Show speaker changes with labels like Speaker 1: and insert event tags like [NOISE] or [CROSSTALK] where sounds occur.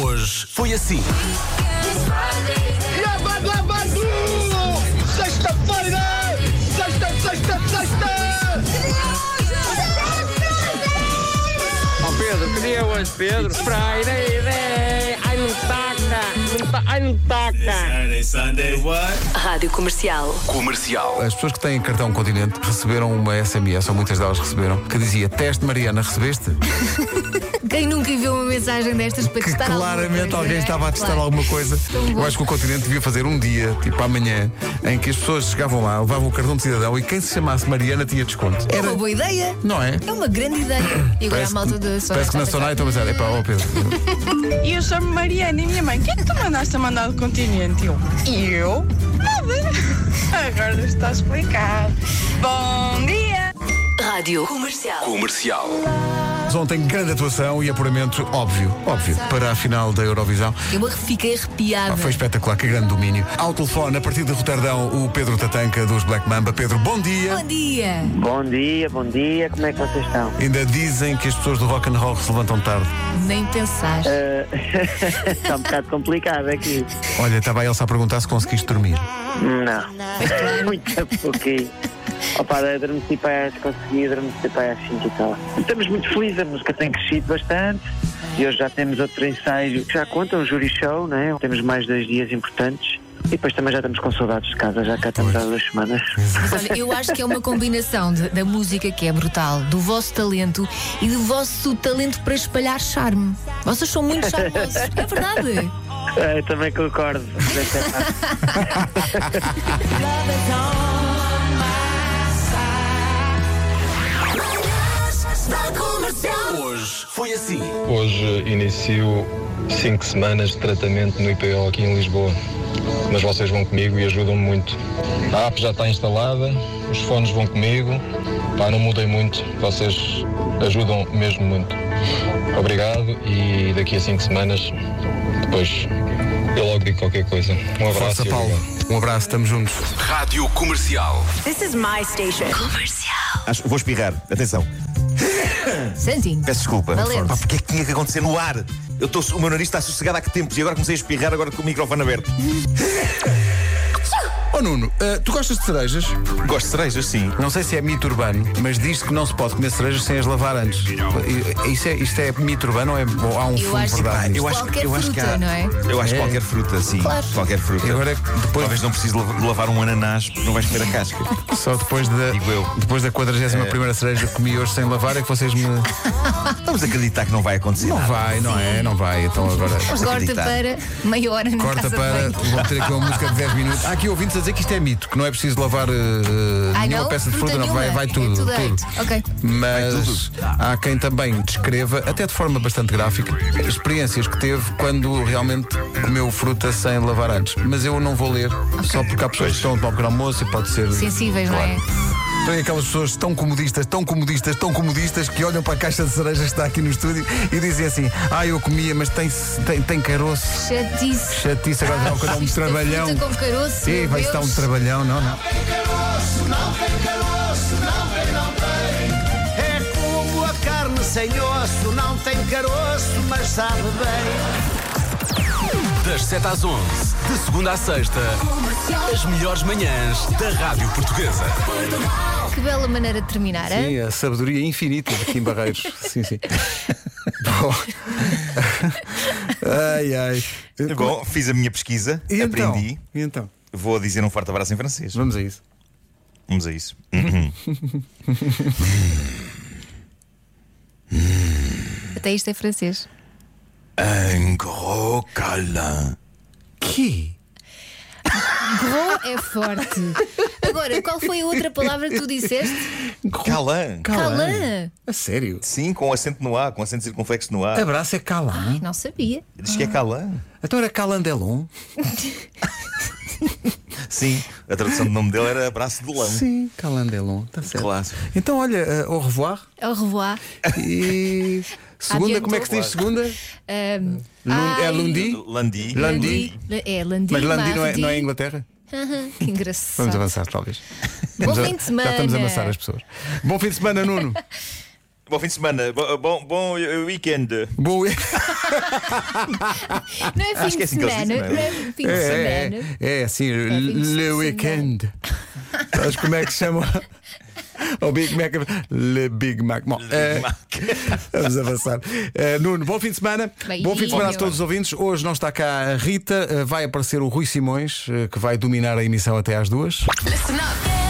Speaker 1: Hoje foi assim.
Speaker 2: Lavado, lavado! Sexta-feira! Sexta, sexta, sexta!
Speaker 3: Ó Pedro, queria hoje, Pedro. Friday, day. ai não taca, não ta- ai não taca.
Speaker 4: Rádio Comercial.
Speaker 1: Comercial.
Speaker 5: As pessoas que têm cartão Continente receberam uma SMS, ou muitas delas receberam, que dizia teste Mariana, recebeste?
Speaker 6: [LAUGHS] Quem nunca enviou uma mensagem destas para
Speaker 5: Que
Speaker 6: testar alguma
Speaker 5: claramente
Speaker 6: coisa,
Speaker 5: alguém
Speaker 6: não é?
Speaker 5: estava a testar
Speaker 6: Claro.
Speaker 5: alguma coisa.
Speaker 6: Tão bom.
Speaker 5: Eu acho que o Continente devia fazer um dia, tipo amanhã, em que as pessoas chegavam lá, levavam o cartão de cidadão e quem se chamasse Mariana tinha desconto.
Speaker 6: É uma boa ideia.
Speaker 5: Não é?
Speaker 6: É uma grande
Speaker 5: [COUGHS]
Speaker 6: ideia. E agora a
Speaker 5: Parece
Speaker 6: malta da
Speaker 5: que, parece que na Sonai estão a pensar, epá, ó
Speaker 6: [LAUGHS]
Speaker 5: Pedro,
Speaker 7: E eu chamo Mariana e minha mãe, o que é que tu mandaste a mandar do continente? Eu, "E eu? Nada. Agora está explicado. Bom dia!
Speaker 4: Rádio Comercial.
Speaker 1: Comercial.
Speaker 5: mas ontem grande atuação e apuramento óbvio, óbvio, para a final da Eurovisão.
Speaker 6: Eu é fiquei arrepiada.
Speaker 5: Ah, foi espetacular, que grande domínio. Ao telefone, a partir de Roterdão, o Pedro Tatanca dos Black Mamba. Pedro, bom dia.
Speaker 6: Bom dia.
Speaker 8: Bom dia, bom dia, como é que vocês estão?
Speaker 5: Ainda dizem que as pessoas do rock and roll se levantam tarde.
Speaker 6: Nem pensar.
Speaker 8: Está um bocado complicado aqui.
Speaker 5: Olha, estava a Elsa a perguntar se conseguiste dormir.
Speaker 8: Não, [LAUGHS] muito a pouquinho. Opa, adormeci para as, consegui adormecer para as 5 e tal. Estamos muito felizes, a música tem crescido bastante e hoje já temos outro ensaio que já conta, um júri show, não é? Temos mais dois dias importantes e depois também já estamos com saudades de casa, já cá estamos há duas semanas.
Speaker 6: Mas olha, eu acho que é uma combinação de- da música que é brutal, do vosso talento e do vosso talento para espalhar charme. Vocês são muito charmosos. É verdade.
Speaker 8: Ah, [LAUGHS] Eu também concordo.
Speaker 1: Hoje foi assim.
Speaker 9: Hoje inicio cinco semanas de tratamento no IPO aqui em Lisboa. Mas vocês vão comigo e ajudam-me muito. A app já está instalada, os fones vão comigo. Pá, não mudem muito, vocês ajudam mesmo muito. Obrigado e daqui a cinco semanas, depois eu logo digo qualquer coisa. Um abraço.
Speaker 5: Força,
Speaker 9: e
Speaker 5: Paulo.
Speaker 9: obrigado.
Speaker 5: Um abraço, estamos juntos.
Speaker 1: Rádio Comercial.
Speaker 4: This is my station. Comercial.
Speaker 10: Acho que vou espirrar, atenção.
Speaker 6: Santinho.
Speaker 10: Peço desculpa.
Speaker 6: Valente.
Speaker 10: Pá, porque é que tinha que acontecer no ar? Eu tô, o meu nariz está sossegado há que tempos e agora comecei a espirrar agora com o microfone aberto.
Speaker 5: Ó Nuno, ah, tu gostas de cerejas?
Speaker 10: Gosto de cerejas, sim.
Speaker 5: Não sei se é mito urbano, mas diz-se que não se pode comer cerejas sem as lavar antes. I- Isto é, isto é mito urbano ou, é, ou há um
Speaker 6: Eu
Speaker 5: fundo de
Speaker 6: acho
Speaker 5: verdade?
Speaker 6: que
Speaker 5: nisto?
Speaker 10: eu acho-
Speaker 6: qualquer
Speaker 10: eu acho que
Speaker 6: fruta,
Speaker 10: há-
Speaker 6: não é?
Speaker 10: Eu acho
Speaker 5: É.
Speaker 10: qualquer fruta, sim.
Speaker 6: Claro.
Speaker 10: Qualquer fruta.
Speaker 5: E
Speaker 9: é
Speaker 5: agora, depois,
Speaker 10: Talvez não precise lav- lavar um ananás, porque não vais comer a
Speaker 6: [LAUGHS]
Speaker 10: casca.
Speaker 5: só depois da,
Speaker 10: Digo eu. É.
Speaker 5: depois da 41 cereja que comi hoje sem lavar é
Speaker 10: [LAUGHS]
Speaker 5: que vocês me.
Speaker 10: Vamos acreditar que não vai acontecer.
Speaker 5: Não
Speaker 10: nada.
Speaker 5: vai, não é? Não vai. Então agora.
Speaker 6: Corta
Speaker 10: acreditar.
Speaker 6: para meia hora na
Speaker 5: Corta
Speaker 6: casa de
Speaker 5: para.
Speaker 6: banho.
Speaker 5: Vou ter aqui uma música de 10 minutos. Há aqui ouvintes a dizer que isto é mito, que não é preciso lavar eh,
Speaker 6: Ah,
Speaker 5: nenhuma
Speaker 6: não?
Speaker 5: peça de
Speaker 6: Fruta
Speaker 5: fruta, não. Vai,
Speaker 6: nenhuma?
Speaker 5: vai
Speaker 6: É
Speaker 5: tudo.
Speaker 6: tudo a
Speaker 5: tudo.
Speaker 6: oito. Ok.
Speaker 5: Mas há quem também descreva, até de forma bastante gráfica, experiências que teve quando realmente comeu fruta sem lavar antes. Mas eu não vou ler, só porque há pessoas que estão a tomar um pequeno almoço e pode ser.
Speaker 6: Sensíveis, não é?
Speaker 5: Tem aquelas pessoas tão comodistas, tão comodistas, tão comodistas que olham para a caixa de cerejas que está aqui no estúdio e dizem assim: Ah, eu comia, mas tem, tem, tem caroço.
Speaker 6: Chatice.
Speaker 5: Chatice, agora não, que dá um
Speaker 6: Isto é da
Speaker 5: trabalhão.
Speaker 6: fruta com caroço,
Speaker 5: Sim,
Speaker 6: meu
Speaker 5: vai
Speaker 6: Deus.
Speaker 5: estar um trabalhão, não, não.
Speaker 2: É como a carne sem osso, não tem caroço, mas sabe bem.
Speaker 1: Das 7 às 11, de segunda à sexta, as melhores manhãs da Rádio Portuguesa.
Speaker 6: Que bela maneira de terminar, hein?
Speaker 5: Sim, a sabedoria infinita de Kim [LAUGHS] Barreiros. sim, sim. Bom. [LAUGHS] ai, ai.
Speaker 10: É Bom, fiz a minha pesquisa,
Speaker 5: E então?
Speaker 10: aprendi.
Speaker 5: E então?
Speaker 10: Vou dizer um forte abraço em francês.
Speaker 5: Vamos a isso.
Speaker 10: Vamos a isso. Uhum.
Speaker 6: Até isto é francês.
Speaker 10: Um gros câlin.
Speaker 5: Que?
Speaker 6: Gros é forte. [LAUGHS] Agora, qual foi a outra palavra que tu disseste?
Speaker 10: Câlin.
Speaker 6: Calã.
Speaker 5: A sério?
Speaker 10: Sim, com acento no A, com acento circunflexo no A.
Speaker 5: Abraço é Calan.
Speaker 6: Não sabia.
Speaker 10: Diz que é Calan.
Speaker 5: Então era Calandelon?
Speaker 10: Sim, a tradução do nome dele era Abraço de Lão.
Speaker 5: Sim, Calandelon. Está certo.
Speaker 10: Clássico.
Speaker 5: Então, olha, uh, au revoir.
Speaker 6: Au revoir.
Speaker 5: [LAUGHS] E. Segunda,
Speaker 6: Adiantou.
Speaker 5: como é que se diz segunda?
Speaker 6: Ahm,
Speaker 5: Lun- É
Speaker 6: ai,
Speaker 5: Lundi?
Speaker 10: Landi.
Speaker 5: Landi.
Speaker 6: Landi. É, Landi.
Speaker 5: Mas Landi não é,
Speaker 6: Mardi.
Speaker 5: não é Inglaterra?
Speaker 6: Que engraçado.
Speaker 5: Vamos avançar, talvez.
Speaker 6: Bom
Speaker 5: Vamos a-
Speaker 6: fim de semana. [LAUGHS]
Speaker 5: Já estamos a amassar as pessoas. Bom fim de semana, Nuno.
Speaker 10: Bom fim de semana. Bo- Bom, bom eh, weekend.
Speaker 5: Boa.
Speaker 6: Não é fim
Speaker 10: Acho que é
Speaker 6: de
Speaker 10: assim que eles
Speaker 6: semana,
Speaker 10: dizem, não é?
Speaker 6: não é fim de
Speaker 5: É,
Speaker 6: semana.
Speaker 5: é, é assim,
Speaker 6: fim de
Speaker 5: le
Speaker 6: semana.
Speaker 5: weekend. [LAUGHS] Sabes como é que se chama? O Big Mac. Le Big Mac. Bom, eh, [LAUGHS] vamos avançar. Eh, Nuno, bom fim de semana.
Speaker 6: Beijinho.
Speaker 5: Bom fim de semana a todos os ouvintes. Hoje não está cá a Rita, eh, vai aparecer o Rui Simões, eh, que vai dominar a emissão até às duas.
Speaker 4: Listen up.